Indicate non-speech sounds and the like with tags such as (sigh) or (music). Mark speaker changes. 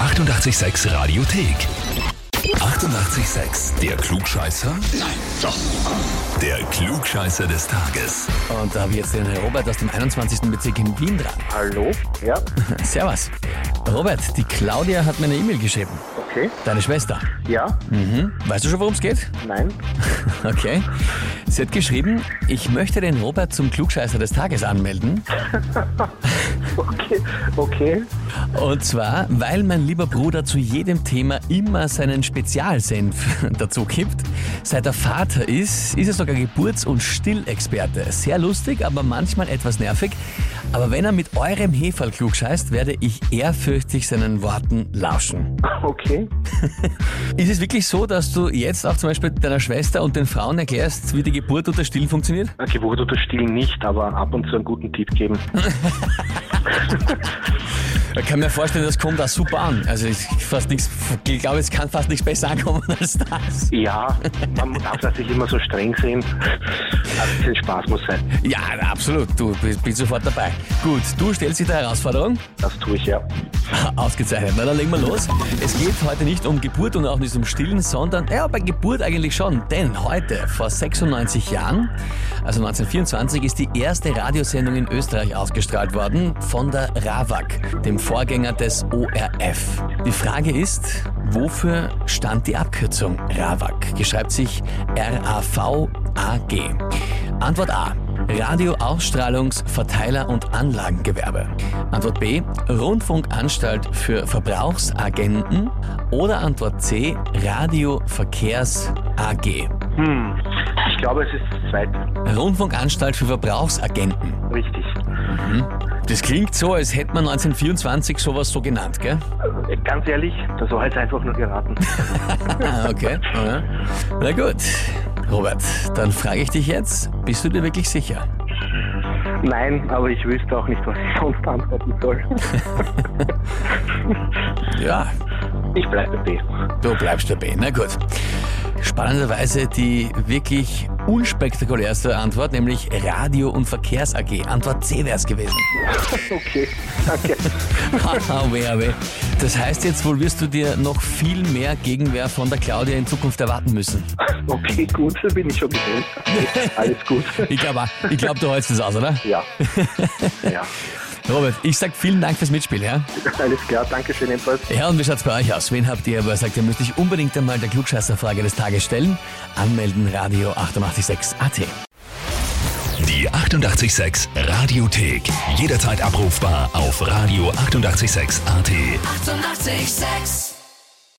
Speaker 1: 886 Radiothek. 88,6. Der Klugscheißer? Nein, doch. Der Klugscheißer des Tages.
Speaker 2: Und da habe ich jetzt den Robert aus dem 21. Bezirk in Wien dran. (laughs)
Speaker 3: Hallo? Ja,
Speaker 2: Servus. Robert, die Claudia hat mir eine E-Mail geschrieben.
Speaker 3: okay.
Speaker 2: Deine Schwester.
Speaker 3: Ja,
Speaker 2: Mhm. Weißt du schon, worum es geht? (laughs)
Speaker 3: nein. (laughs)
Speaker 2: Okay. Sie hat geschrieben, ich möchte den Robert zum Klugscheißer des Tages anmelden.
Speaker 3: Okay, okay.
Speaker 2: Und zwar, weil mein lieber Bruder zu jedem Thema immer seinen Spezialsenf (laughs) dazu gibt. Seit er Vater ist, ist er sogar Geburts- und Stillexperte. Sehr lustig, aber manchmal etwas nervig. Aber wenn er mit eurem Heferl klugscheißt, werde ich ehrfürchtig seinen Worten lauschen.
Speaker 3: Okay.
Speaker 2: Ist es wirklich so, dass du jetzt auch zum Beispiel deiner Schwester und den Frauen erklärst, wie die Geburt und das Stillen funktioniert?
Speaker 3: Na, Geburt oder Stillen nicht, aber ab und zu einen guten Tipp geben.
Speaker 2: Ich kann mir vorstellen, das kommt auch super an. Also ich, fast nichts, ich glaube, es kann fast nichts besser (laughs) ankommen als das.
Speaker 3: Ja, man darf das nicht immer so streng sehen. Ein bisschen Spaß muss sein.
Speaker 2: Ja, absolut. Du bist, bist sofort dabei. Gut, du stellst dich der Herausforderung. (laughs)
Speaker 3: Das tue ich ja.
Speaker 2: Ausgezeichnet. Na, dann legen wir los. Es geht heute nicht um Geburt und auch nicht um Stillen, sondern, ja, bei Geburt eigentlich schon. Denn heute, vor 96 Jahren, also 1924, ist die erste Radiosendung in Österreich ausgestrahlt worden von der RAWAG, dem Vorgänger des ORF. Die Frage ist, wofür stand die Abkürzung RAWAG? Geschreibt sich R-A-V-A-G. Antwort A. Radio-Ausstrahlungs-, Verteiler- und Anlagengewerbe. Antwort B. Rundfunkanstalt für Verbrauchsagenten. Oder Antwort C. Radioverkehrs AG.
Speaker 3: Hm, ich glaube, es ist das zweite.
Speaker 2: Rundfunkanstalt für Verbrauchsagenten.
Speaker 3: Richtig.
Speaker 2: Das klingt so, als hätte man 1924 sowas so genannt, gell?
Speaker 3: Äh, Ganz ehrlich, das war jetzt einfach nur geraten.
Speaker 2: Ah, okay. Ja. Na gut. Robert, dann frage ich dich jetzt, bist du dir wirklich sicher?
Speaker 3: Nein, aber ich wüsste auch nicht, was ich sonst antworten soll.
Speaker 2: Ja,
Speaker 3: Ich bleibe B.
Speaker 2: Du bleibst dabei, na gut. Spannenderweise die wirklich unspektakulärste Antwort, nämlich Radio- und Verkehrs AG. Antwort C wäre es gewesen.
Speaker 3: Okay, danke.
Speaker 2: Haha, weh, weh. Das heißt jetzt wohl, wirst du dir noch viel mehr Gegenwehr von der Claudia in Zukunft erwarten müssen.
Speaker 3: Okay, gut, dann bin ich schon gewöhnt. Okay, alles gut.
Speaker 2: Ich glaube, ich glaub, du holst es aus, oder?
Speaker 3: Ja. Ja. (laughs)
Speaker 2: Robert, ich sag vielen Dank fürs Mitspiel, ja?
Speaker 3: Alles klar, danke schön jedenfalls.
Speaker 2: Ja, und wie schaut's bei euch aus? Wen habt ihr, wo ihr sagt, ihr müsst euch unbedingt einmal der Klugscheißerfrage des Tages stellen? Anmelden, Radio 886 AT.
Speaker 1: Die 88,6 Radiothek. Jederzeit abrufbar auf radio886.at. 88,6.
Speaker 4: Eighty-eight, sex.